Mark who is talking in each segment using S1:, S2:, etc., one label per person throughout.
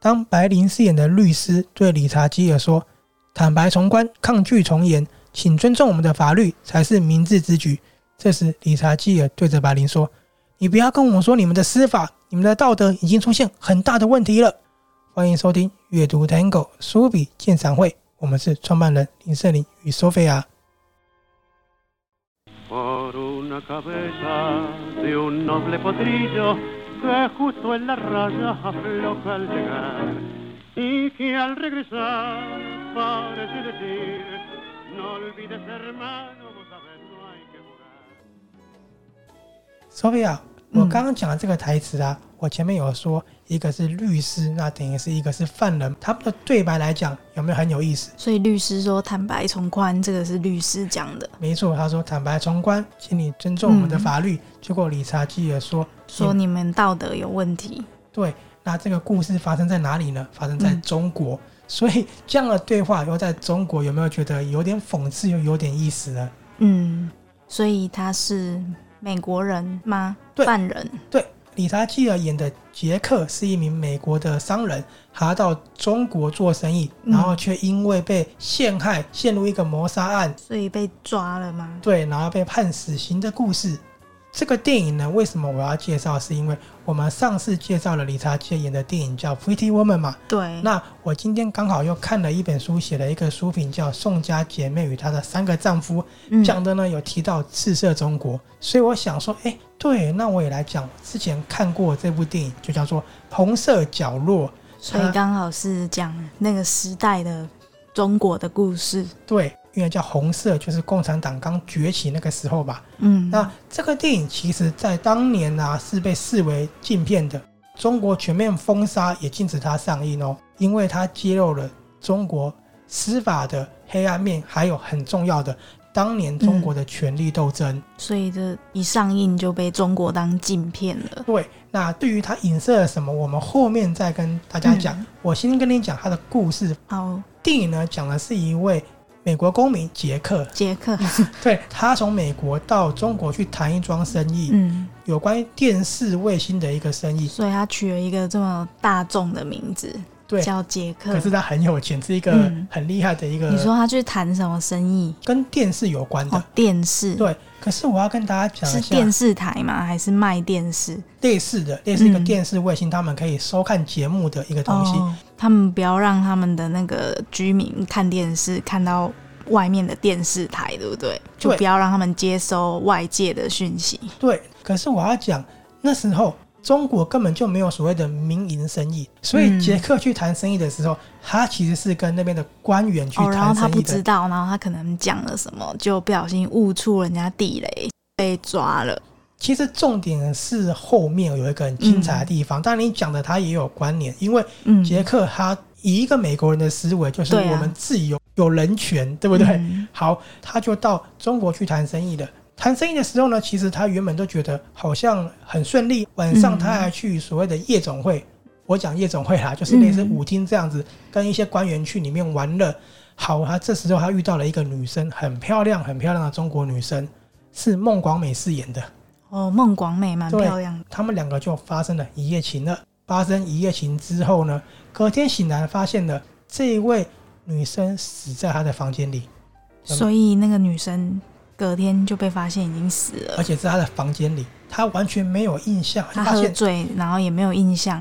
S1: 当白灵饰演的律师对理查基尔说：“坦白从宽，抗拒从严，请尊重我们的法律才是明智之举。”这时，理查基尔对着白灵说：“你不要跟我们说你们的司法、你们的道德已经出现很大的问题了。”欢迎收听《阅读 Tango 书比鉴赏会》，我们是创办人林胜林与索菲亚。
S2: por una cabeza de un noble potrillo que justo en la raya afloja al llegar y que al regresar parece decir no olvides hermano vos sabés no hay que jugar
S1: 索菲亚，我刚刚讲的这个台词啊，我前面有说，一个是律师，那等于是一个是犯人，他们的对白来讲有没有很有意思？
S3: 所以律师说坦白从宽，这个是律师讲的，
S1: 没错，他说坦白从宽，请你尊重我们的法律。结果理查基尔说，
S3: 说
S1: 嗯
S3: 你们道德有问题。
S1: 对，那这个故事发生在哪里呢？发生在
S3: 嗯
S1: 中国。所以这样的对话又在中国有没有觉得有点讽刺又有点意思呢？
S3: 嗯，所以他是美国人吗？
S1: 对
S3: 犯人。
S1: 对，理查基尔演的杰克是一名美国的商人，他到中国做生意，
S3: 嗯
S1: 然后却因为被陷害，陷入一个谋杀案，
S3: 所以被抓了吗？
S1: 对，然后被判死刑的故事。这个电影呢，为什么我要介绍？是因为我们上次介绍了理查基尔演的电影叫《Pretty Woman》嘛。
S3: 对，
S1: 那我今天刚好又看了一本书，写了一个书评叫《宋家姐妹与她的三个丈夫》。
S3: 嗯
S1: 讲的呢有提到赤色中国，所以我想说，哎，对，那我也来讲，我之前看过这部电影，就叫做《红色角落》。
S3: 所以刚好是讲那个时代的中国的故事。
S1: 对，因为叫红色，就是共产党刚崛起那个时候吧。
S3: 嗯，
S1: 那这个电影其实在当年啊是被视为禁片的，中国全面封杀也禁止它上映哦，因为它揭露了中国司法的黑暗面，还有很重要的当年中国
S3: 嗯
S1: 的权力斗争。
S3: 所以这一上映就被中国当禁片了。
S1: 对，那对于它影射了什么，我们后面再跟大家讲。
S3: 嗯
S1: 我先跟你讲它的故事。
S3: 好，
S1: 电影呢讲的是一位美国公民杰克，
S3: 杰 克，
S1: 对他从美国到中国去谈一桩生意，
S3: 嗯，
S1: 有关于电视卫星的一个生意。
S3: 所以他取了一个这么大众的名字，
S1: 对，
S3: 叫杰克
S1: 可。是他很有钱，是一个
S3: 嗯
S1: 很厉害的一个，
S3: 你说他去谈什么生意？
S1: 跟电视有关的。
S3: 哦，电视，
S1: 对，可是我要跟大家讲
S3: 是
S1: 一
S3: 电
S1: 下
S3: 视台吗？还是卖电视
S1: 类似的，类似一个
S3: 嗯
S1: 电视卫星，他们可以收看节目的一个东西。
S3: 哦？他们不要让他们的那个居民看电视，看到外面的电视台，对不对？就不要让他们接收外界的讯息。
S1: 对，可是我要讲，那时候中国根本就没有所谓的民营生意，所以
S3: 嗯
S1: 杰克去谈生意的时候，他其实是跟那边的官员去
S3: 哦，然后
S1: 谈
S3: 他
S1: 生
S3: 不
S1: 意
S3: 知
S1: 的。
S3: 道，然后他可能讲了什么，就不小心误触人家地雷，被抓了。
S1: 其实重点是后面有一个很精彩的地方，当然你讲的他也有关联，因为
S3: 嗯，
S1: 杰克他以一个美国人的思维，就是
S3: 对啊
S1: 我们自由、有人权，对不对？
S3: 嗯
S1: 好，他就到中国去谈生意了。谈生意的时候呢，其实他原本都觉得好像很顺利。晚上
S3: 嗯
S1: 他还去所谓的夜总会，我讲夜总会啦，就是类似
S3: 嗯
S1: 舞厅这样子，跟一些官员去里面玩乐。好，他这时候他遇到了一个女生，很漂亮、很漂亮的中国女生，是孟广美饰演的。
S3: 哦，孟广美蛮
S1: 对
S3: 漂亮的。
S1: 他们两个就发生了一夜情了。发生一夜情之后呢，隔天醒来发现了这一位女生死在他的房间里，嗯
S3: 所以那个女生隔天就被发现已经死了
S1: 而。且是他的房间里，他完全没有印象。
S3: 她
S1: 哎发
S3: 喝
S1: 现
S3: 醉，然后也没有印象。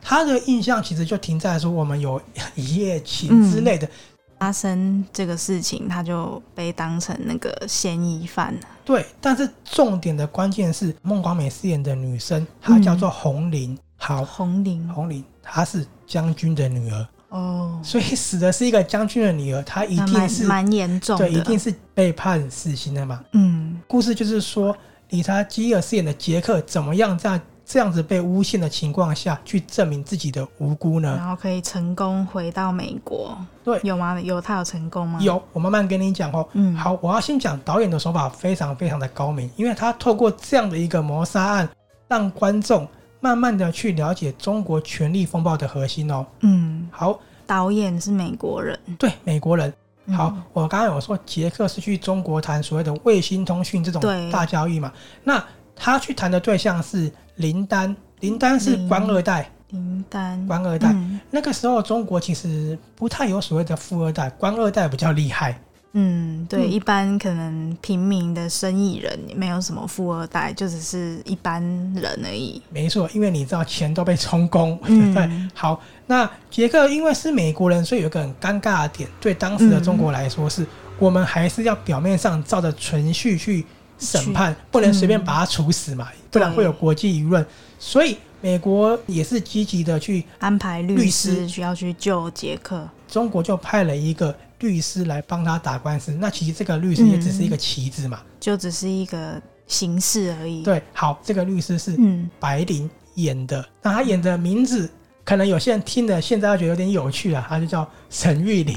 S1: 他的印象其实就停在说我们有一夜情之类的。
S3: 嗯发生这个事情，他就被当成那个嫌疑犯了。
S1: 对，但是重点的关键是孟广美饰演的女生，她叫做红玲。好，
S3: 红绫
S1: 红玲她是将军的女儿，
S3: 哦，
S1: 所以死的是一个将军的女儿，她一
S3: 那
S1: 定
S3: 蛮
S1: 是
S3: 蛮严重的，
S1: 对，一定是被判死刑的嘛。
S3: 嗯
S1: 故事就是说，理查基尔饰演的杰克怎么样在这样子被诬陷的情况下去证明自己的无辜呢？
S3: 然后可以成功回到美国。
S1: 嗯对
S3: 有吗？有他有成功吗？，
S1: 有，我慢慢跟你讲哦。
S3: 啊嗯
S1: 好，我要先讲导演的手法非常非常的高明，因为他透过这样的一个谋杀案，让观众慢慢的去了解中国权力风暴的核心哦。
S3: 嗯，
S1: 好，
S3: 导演是美国人。
S1: 对美国人，
S3: 嗯
S1: 好，我刚刚有说杰克是去中国谈所谓的卫星通讯这种
S3: 对
S1: 大
S3: 嗯
S1: 交易嘛，那他去谈的对象是林丹，林丹是官二代，
S3: 林丹
S1: 官二代。
S3: 嗯
S1: 那个时候中国其实不太有所谓的富二代，官二代比较厉害。
S3: 嗯，对，
S1: 嗯
S3: 一般可能平民的生意人没有什么富二代，就只是一般人而已。
S1: 没错，因为你知道钱都被充公，
S3: 嗯
S1: 对。好，那杰克因为是美国人，所以有一个很尴尬的点，对当时的中国来说是，
S3: 嗯
S1: 我们还是要表面上照着程序去审判，不能随便把他处死
S3: 嗯
S1: 嘛，不然会有国际舆论。所以美国也是积极的去，
S3: 安排律
S1: 律
S3: 师
S1: 师
S3: 需要去救杰克，
S1: 中国就派了一个律师来帮他打官司。那其实这个律师也只是一个棋子嘛，
S3: 就只是一个形式而已。，
S1: 对。好，这个律师是
S3: 嗯，
S1: 白灵演的，那他演的名字可能有些人听了现在会觉得有点有趣啊，他就叫沈玉琳，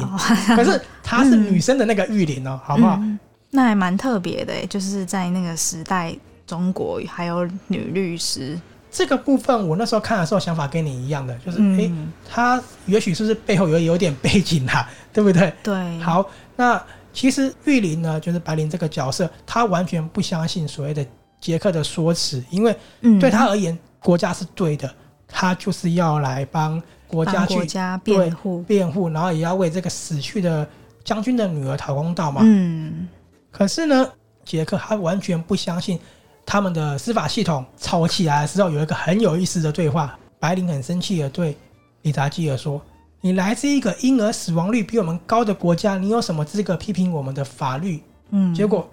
S1: 可是她是女生的那个玉琳哦，好不好？
S3: 哦嗯那还蛮特别的耶，就是在那个时代，中国还有女律师。
S1: 这个部分我那时候看的时候想法跟你一样的，就是
S3: 嗯，
S1: 诶，她也许是不是背后有有点背景啊， 对不对？
S3: 对，，
S1: 好，那其实玉琳呢，就是白灵这个角色，她完全不相信所谓的杰克的说辞，因为
S3: 嗯，
S1: 对她而言，国家是对的，她就是要来帮国
S3: 帮
S1: 家
S3: 国
S1: 去
S3: 家
S1: 对
S3: 辩护，
S1: 辩护，然后也要为这个死去的将军的女儿讨公道嘛。
S3: 嗯，
S1: 可是呢，杰克他完全不相信他们的司法系统。吵起来的时候，有一个很有意思的对话，白灵很生气的对理查基尔说：“你来自一个婴儿死亡率比我们高的国家，你有什么资格批评我们的法律？”
S3: 嗯，
S1: 结果，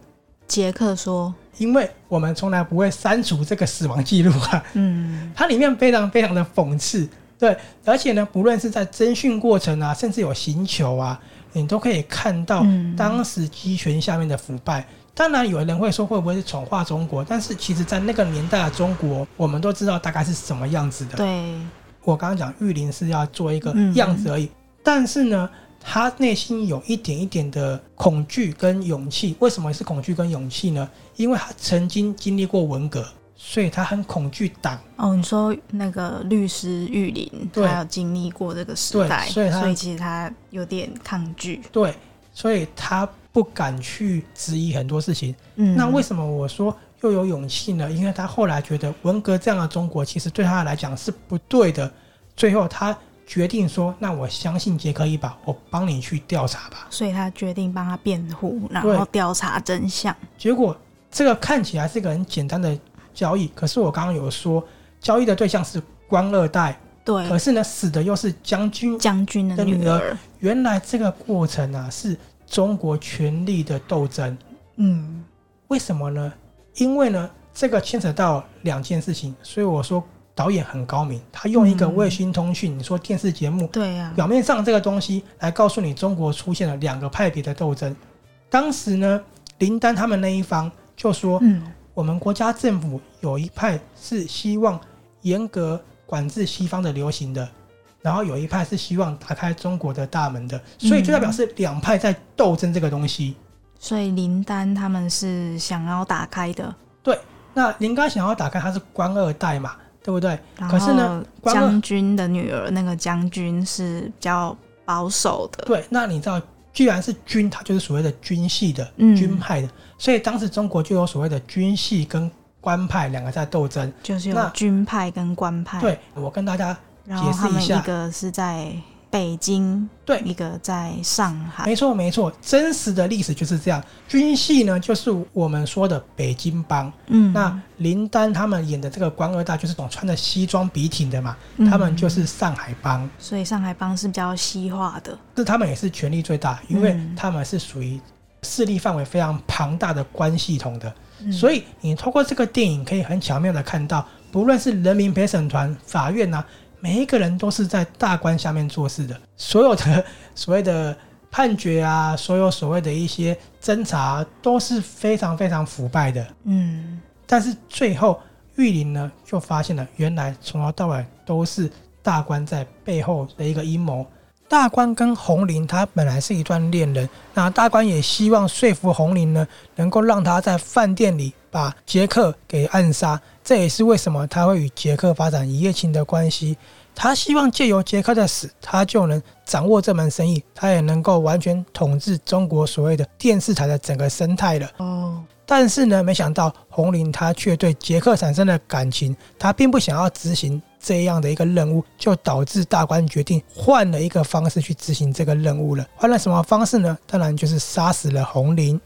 S3: 杰克说，
S1: 因为我们从来不会删除这个死亡记录啊。
S3: 嗯，
S1: 它里面非常非常的讽刺，对，而且呢，不论是在侦讯过程啊，甚至有刑求啊，你都可以看到
S3: 嗯
S1: 哦当时集权下面的腐败。当然，有人会说会不会是丑化中国？但是其实，在那个年代的中国，我们都知道大概是什么样子的。
S3: 对，
S1: 我刚刚讲玉林是要做一个
S3: 嗯
S1: 样子而已，但是呢，他内心有一点一点的恐惧跟勇气。为什么是恐惧跟勇气呢？因为他曾经经历过文革，所以他很恐惧党。
S3: 哦，你说那个律师玉林，
S1: 对
S3: 他有经历过这个时
S1: 对
S3: 代，
S1: 所以他
S3: 其实他有点抗拒。
S1: 对，所以他不敢去质疑很多事情。
S3: 嗯，
S1: 那为
S3: 什
S1: 什么我说又有勇气呢？因为他后来觉得文革这样的中国其实对他来讲是不对的，最后他决定说：“那我相信杰克一把，我帮你去调查吧。
S3: 所以他决定帮他辩护，然后
S1: 对
S3: 调查真相。”
S1: 结果这个看起来是个很简单的交易，可是我刚刚有说交易的对象是官二代，
S3: 对，
S1: 可是呢死的又是将军。呃
S3: 将军的
S1: 的
S3: 女
S1: 女
S3: 儿，
S1: 原来这个过程啊是中国权力的斗争。
S3: 嗯，
S1: 为什么呢？因为呢，这个牵扯到两件事情，所以我说导演很高明，他用一个
S3: 嗯
S1: 卫星通讯，你说电视节目
S3: 对啊，
S1: 表面上这个东西来告诉你中国出现了两个派别的斗争。当时呢，林丹他们那一方就说，
S3: 嗯，
S1: 我们国家政府有一派是希望严格管制西方的流行的，然后有一派是希望打开中国的大门的，所以
S3: 嗯
S1: 就代表是两派在斗争这个东西。
S3: 所以林丹他们是想要打开的，
S1: 那林刚想要打开，他是官二代嘛，对不对？
S3: 然
S1: 可是呢
S3: 后
S1: 关了
S3: 将军的女儿，那个将军是比较保守的，
S1: 对，那你知道，既然是军，它就是所谓的军系的、
S3: 嗯
S1: 军派的，所以当时中国就有所谓的军系跟官派两个在斗争。
S3: 就是有
S1: 那
S3: 军派跟官派，，
S1: 对我跟大家，
S3: 然后他
S1: 解
S3: 们
S1: 释一下
S3: 一个是在北京，
S1: 对
S3: 一个在上海，
S1: 没错没错，真实的历史就是这样。军系呢，就是我们说的北京帮。
S3: 嗯，
S1: 那林丹他们演的这个官二代，就是总穿着西装笔挺的嘛，他们就
S3: 嗯
S1: 是上海帮。
S3: 所以上海帮是比较西化的，
S1: 是他们也是权力最大，因为
S3: 嗯
S1: 他们是属于势力范围非常庞大的官系统的，
S3: 嗯
S1: 所以你透过这个电影可以很巧妙的看到，不论是人民陪审团、法院呐、每一个人都是在大官下面做事的，所有的 所谓的判决啊，所有所谓的一些侦查啊、都是非常非常腐败的。
S3: 嗯，
S1: 但是最后玉林呢，就发现了原来从头到尾都是大官在背后的一个阴谋。大官跟红林他本来是一段恋人，那大官也希望说服红林呢，能够让他在饭店里把杰克给暗杀。这也是为什么他会与杰克发展一夜情的关系。他希望借由杰克的死，他就能掌握这门生意，他也能够完全统治中国所谓的电视台的整个生态了。
S3: 哦，
S1: 但是呢，没想到红林他却对杰克产生了感情，他并不想要执行这样的一个任务，就导致大官决定换了一个方式去执行这个任务了。换了什么方式呢？当然就是杀死了红绫。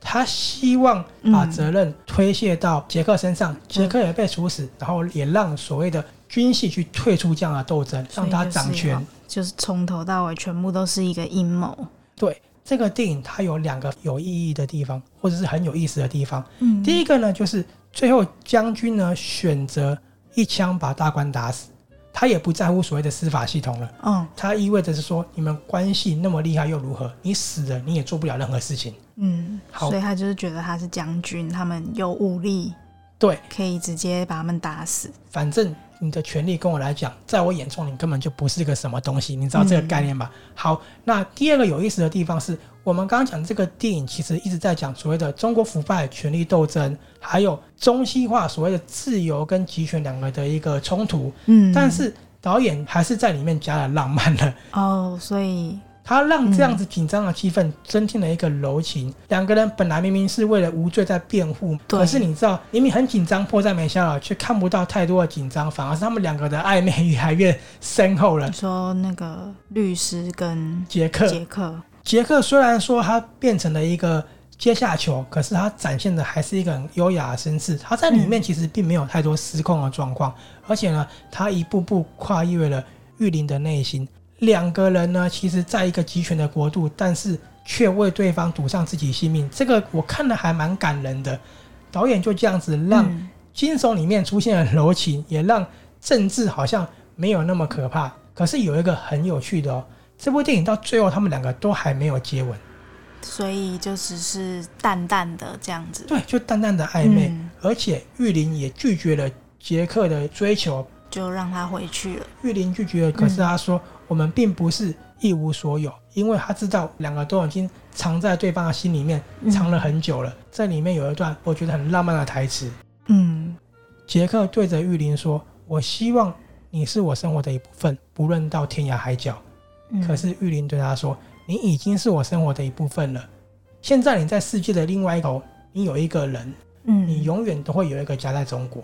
S1: 他希望把责任推卸到杰克身上，杰、克也被处死，然后也让所谓的军系去退出这样的斗争，让他掌权。
S3: 就是从头到尾全部都是一个阴谋。
S1: 对这个电影，它有两个有意义的地方，或者是很有意思的地方。
S3: 嗯
S1: 第一个呢，就是最后将军呢选择一枪把大官打死，他也不在乎所谓的司法系统了。
S3: 嗯
S1: 他意味着是说，你们关系那么厉害又如何？你死了你也做不了任何事情。
S3: 嗯，
S1: 好
S3: 所以他就是觉得他是将军，他们有武力
S1: 对，
S3: 可以直接把他们打死。
S1: 反正你的权利跟我来讲，在我眼中你根本就不是个什么东西，你知道这个概念吧？好，那第二个有意思的地方是我们刚刚讲这个电影，其实一直在讲所谓的中国腐败、权力斗争，还有中西化所谓的自由跟集权两个的一个冲突，
S3: 嗯，
S1: 但是导演还是在里面加了浪漫的。
S3: 哦，所以
S1: 他让这样子紧张的气氛增添了一个柔情。两个人本来明明是为了无罪在辩护，
S3: 对
S1: 可是你知道，明明很紧张，迫在眉睫了，却看不到太多的紧张，反而是他们两个的暧昧越来越深厚了
S3: 你。说那个律师跟
S1: 杰克，
S3: 杰克，
S1: 杰克虽然说他变成了一个阶下囚，可是他展现的还是一个很优雅的绅士。他在里面其实并没有太多失控的状况，而且呢，他一步步跨越了玉林的内心。两个人呢，其实在一个集权的国度，但是却为对方赌上自己性命，这个我看了还蛮感人的。导演就这样子让
S3: 嗯
S1: 惊悚里面出现了柔情，也让政治好像没有那么可怕。可是有一个很有趣的哦，这部电影到最后他们两个都还没有接吻，
S3: 所以就只是淡淡的这样子，
S1: 对，就淡淡的暧昧，
S3: 嗯
S1: 而且玉林也拒绝了杰克的追求。
S3: 就让他回去了。
S1: 玉林拒绝了，可是他说、我们并不是一无所有，因为他知道两个都已经藏在对方的心里面，
S3: 嗯
S1: 藏了很久了。这里面有一段我觉得很浪漫的台词，
S3: 嗯，
S1: 杰克对着玉林说：“我希望你是我生活的一部分，不论到天涯海角。”
S3: 嗯
S1: 可是玉林对他说：“你已经是我生活的一部分了。现在你在世界的另外一头，你有一个人，
S3: 嗯，
S1: 你永远都会有一个家在中国。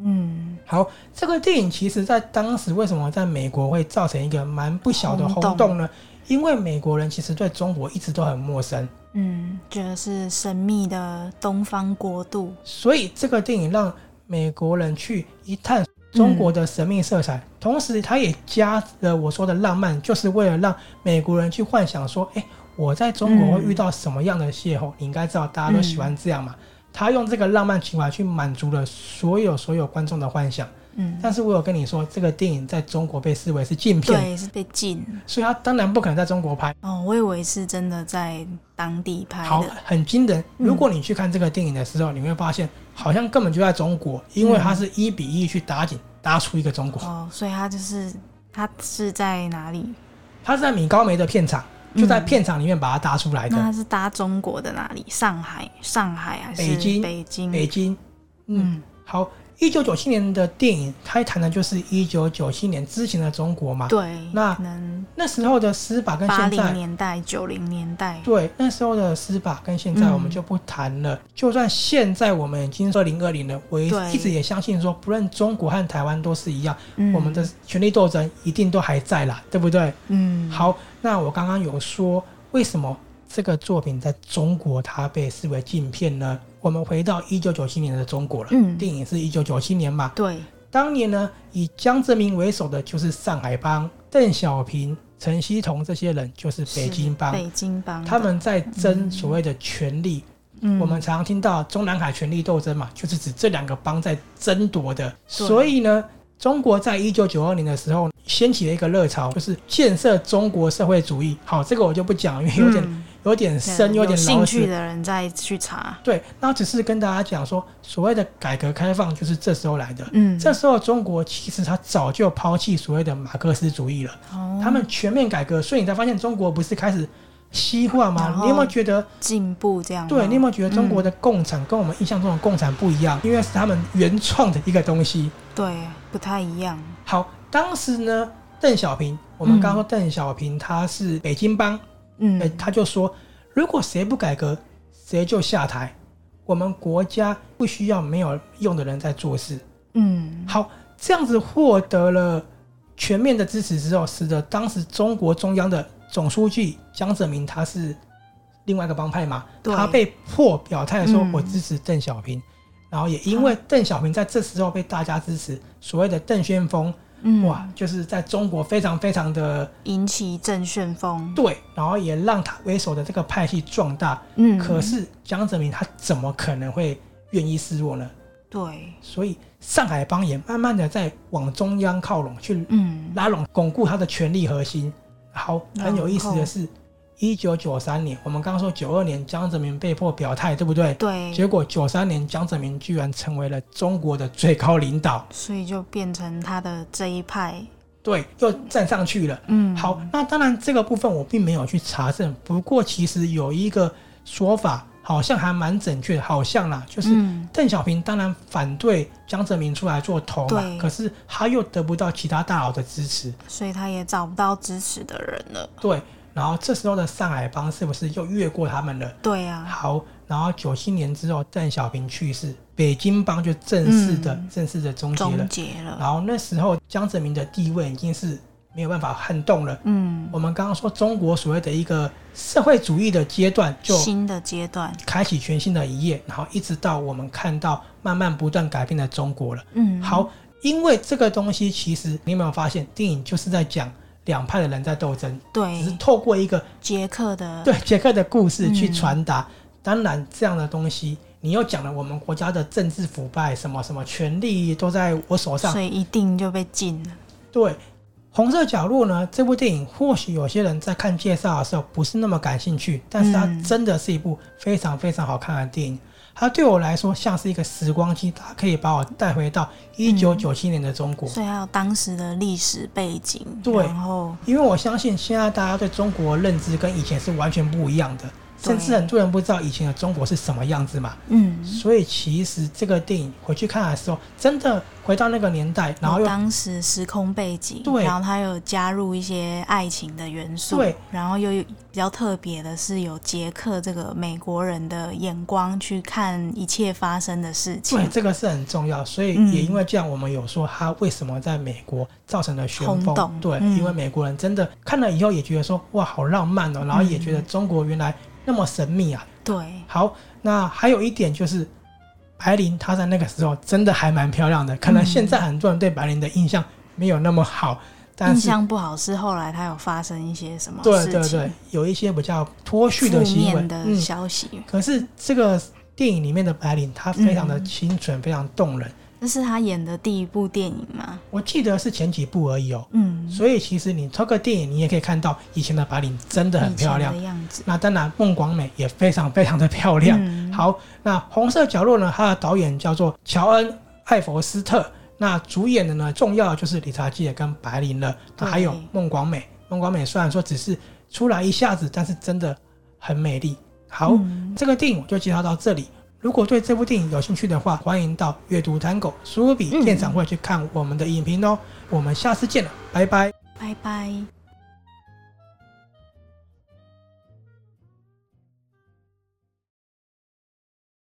S3: 嗯”
S1: 好，这个电影其实在当时为什么在美国会造成一个蛮不小的轰
S3: 轰动
S1: 动呢？因为美国人其实对中国一直都很陌生，
S3: 嗯，觉得是神秘的东方国度。
S1: 所以这个电影让美国人去一探中国的神秘色彩，同时它也加了我说的浪漫，就是为了让美国人去幻想说，哎，我在中国会遇到什么样的邂逅？你应该知道，大家都喜欢这样嘛。他用这个浪漫情怀去满足了所有所有观众的幻想，
S3: 嗯，
S1: 但是我有跟你说，这个电影在中国被视为是禁片，
S3: 对，是被禁。
S1: 所以它当然不可能在中国拍。
S3: 哦，我以为是真的在当地拍
S1: 好
S3: 的。，
S1: 很惊人。
S3: 嗯
S1: 如果你去看这个电影的时候，你会发现好像根本就在中国，因为它是一比一去打景搭出一个中国。
S3: 哦，所以他就是他是在哪里？
S1: 它是在米高梅的片场，
S3: 嗯
S1: 就在片场里面把它搭出来
S3: 那
S1: 的。
S3: 他是搭中国的哪里？上海，上海还是
S1: 北京
S3: 北京，
S1: 北京，嗯，
S3: 嗯，
S1: 好。一九九七年的电影，它谈的就是一九九七年之前的中国嘛。
S3: 对，
S1: 啊那
S3: 可能
S1: 那时候的司法跟
S3: 八
S1: 现
S3: 零
S1: 在，
S3: 年代、九零年代，
S1: 对那时候的司法跟现在
S3: 嗯
S1: 我们就不谈了。就算现在我们已经二零二零了，我一
S3: 对
S1: 一直也相信说，不论中国和台湾都是一样，
S3: 嗯
S1: 我们的权力斗争一定都还在啦，对不对？
S3: 嗯，
S1: 好，那我刚刚有说，为什么这个作品在中国它被视为禁片呢？我们回到一九九七年的中国了，
S3: 嗯
S1: 电影是一九九七年嘛，
S3: 对，
S1: 当年呢，以江泽民为首的就是上海帮、邓小平、陈希同这些人，就是北京帮
S3: 是，北京帮嗯的，
S1: 他们在争所谓的权力。
S3: 嗯
S1: 我们常常听到中南海权力斗争嘛，就是指这两个帮在争夺的。所以呢，中国在一九九二年的时候掀起了一个热潮，就是建设中国社会主义。好，这个我就不讲，因为有点、
S3: 嗯
S1: 有点深，有点
S3: 兴
S1: 老
S3: 趣
S1: 死。
S3: 的人再去查，
S1: 对，那只是跟大家讲说，所谓的改革开放就是这时候来的。
S3: 嗯，
S1: 这时候中国其实它早就抛弃所谓的马克思主义了，
S3: 哦
S1: 他们全面改革，所以你才发现中国不是开始西化
S3: 然
S1: 吗？
S3: 后
S1: 你有没有觉得
S3: 进步这样嗯吗，
S1: 对，你有没有觉得中国的共产跟我们印象中的共产不一样？因为是他们原创的一个东西。
S3: 对不太一样，
S1: 好，当时呢，邓小平，我们刚刚
S3: 嗯
S1: 说邓小平他是北京帮，
S3: 嗯，
S1: 哎，他就说，如果谁不改革，谁就下台。我们国家不需要没有用的人在做事。
S3: 嗯，
S1: 好，这样子获得了全面的支持之后，使得当时中国中央的总书记江泽民他是另外一个帮派嘛，
S3: 对
S1: 他被迫表态说
S3: 嗯
S1: 我支持邓小平，然后也因为邓小平在这时候被大家支持，所谓的邓旋风，
S3: 嗯，
S1: 哇，就是在中国非常非常的
S3: 引起郑旋风，
S1: 对，然后也让他为首的这个派系壮大。
S3: 嗯，
S1: 可是江泽民他怎么可能会愿意示弱呢？
S3: 对，
S1: 所以上海帮也慢慢的在往中央靠拢，去
S3: 嗯，
S1: 拉拢、巩固它的权力核心。好，很有意思的是，一九九三年，我们刚刚说九二年江泽民被迫表态，对不对？
S3: 对，
S1: 结果九三年江泽民居然成为了中国的最高领导，
S3: 所以就变成他的这一派，
S1: 对，又站上去了。
S3: 嗯，
S1: 好，那当然这个部分我并没有去查证，不过其实有一个说法好像还蛮准确的，好像啦，就是
S3: 嗯，
S1: 邓小平当然反对江泽民出来做头嘛
S3: 对，
S1: 可是他又得不到其他大佬的支持，
S3: 所以他也找不到支持的人了，
S1: 对。然后这时候的上海帮是不是又越过他们了？
S3: 对啊，
S1: 好，然后九七年之后，邓小平去世，北京帮就正式的、
S3: 嗯
S1: 正式的终结了
S3: 终。结了，
S1: 然后那时候江泽民的地位已经是没有办法撼动了。
S3: 嗯，
S1: 我们刚刚说中国所谓的一个社会主义的阶段就
S3: 新的阶段，
S1: 开启全新的一页，然后一直到我们看到慢慢不断改变的中国了。
S3: 嗯，，
S1: 好，因为这个东西其实你有没有发现，电影就是在讲两派的人在斗争，只是
S3: 对，
S1: 透过一个
S3: 捷克的，
S1: 对杰克的故事去
S3: 嗯
S1: 传达。当然，这样的东西你又讲了我们国家的政治腐败，什么什么权力都在我手上
S3: 所，以一定就被禁了，
S1: 对。红色角落呢？这部电影或许有些人在看介绍的时候不是那么感兴趣，但是它
S3: 嗯
S1: 真的是一部非常非常好看的电影。它对我来说像是一个时光机，它可以把我带回到一九九七年的中国。
S3: 所以还有当时的历史背景，
S1: 哦对
S3: 然后
S1: 因为我相信现在大家对中国认知跟以前是完全不一样的，
S3: 对
S1: 甚至很多人不知道以前的中国是什么样子嘛。
S3: 嗯，
S1: 所以其实这个电影回去看的时候，真的回到那个年代，然后
S3: 有
S1: 又
S3: 哦当时时空背景，
S1: 对
S3: 然后它有加入一些爱情的元素，
S1: 对，
S3: 然后又有比较特别的是有捷克这个美国人的眼光去看一切发生的事情
S1: 对，这个是很重要。所以
S3: 嗯
S1: 也因为这样，我们有说他为什么在美国造成了旋
S3: 轰
S1: 风，
S3: 动
S1: 对，
S3: 嗯
S1: 因为美国人真的看了以后也觉得说哇好浪漫哦，然后也
S3: 嗯
S1: 觉得中国原来那么神秘啊。
S3: 对，
S1: 好，那还有一点就是，白灵她在那个时候真的还蛮漂亮的。可能现在很多人对白灵的印象没有那么好，但
S3: 印
S1: 是
S3: 象不好是后来他有发生一些什么
S1: 对
S3: 事
S1: 对
S3: 情，
S1: 对，有一些比较脱序的
S3: 负
S1: 行为
S3: 面。的
S1: 嗯，
S3: 消息，
S1: 可是这个电影里面的白灵，她非常的清纯，非常动人。
S3: 这是他演的第一部电影嘛？
S1: 我记得是前几部而已哦。
S3: 嗯，
S1: 所以其实你透过电影，你也可以看到以前的白灵真的很
S3: 以前
S1: 漂亮
S3: 的。样子，
S1: 那当然，孟广美也非常非常的漂亮。
S3: 嗯
S1: 好，那《红色角落》呢，它的导演叫做乔恩·艾佛斯特。那主演的呢，重要的就是理查基也跟白灵了，那还有
S3: 对
S1: 孟广美。孟广美虽然说只是出来一下子，但是真的很美丽。好，
S3: 嗯
S1: 这个电影我就介绍到这里。如果对这部电影有兴趣的话，欢迎到阅读 Tango 苏比
S3: 嗯
S1: 电展会去看我们的影评哦。我们下次见了，拜拜。
S3: 拜拜。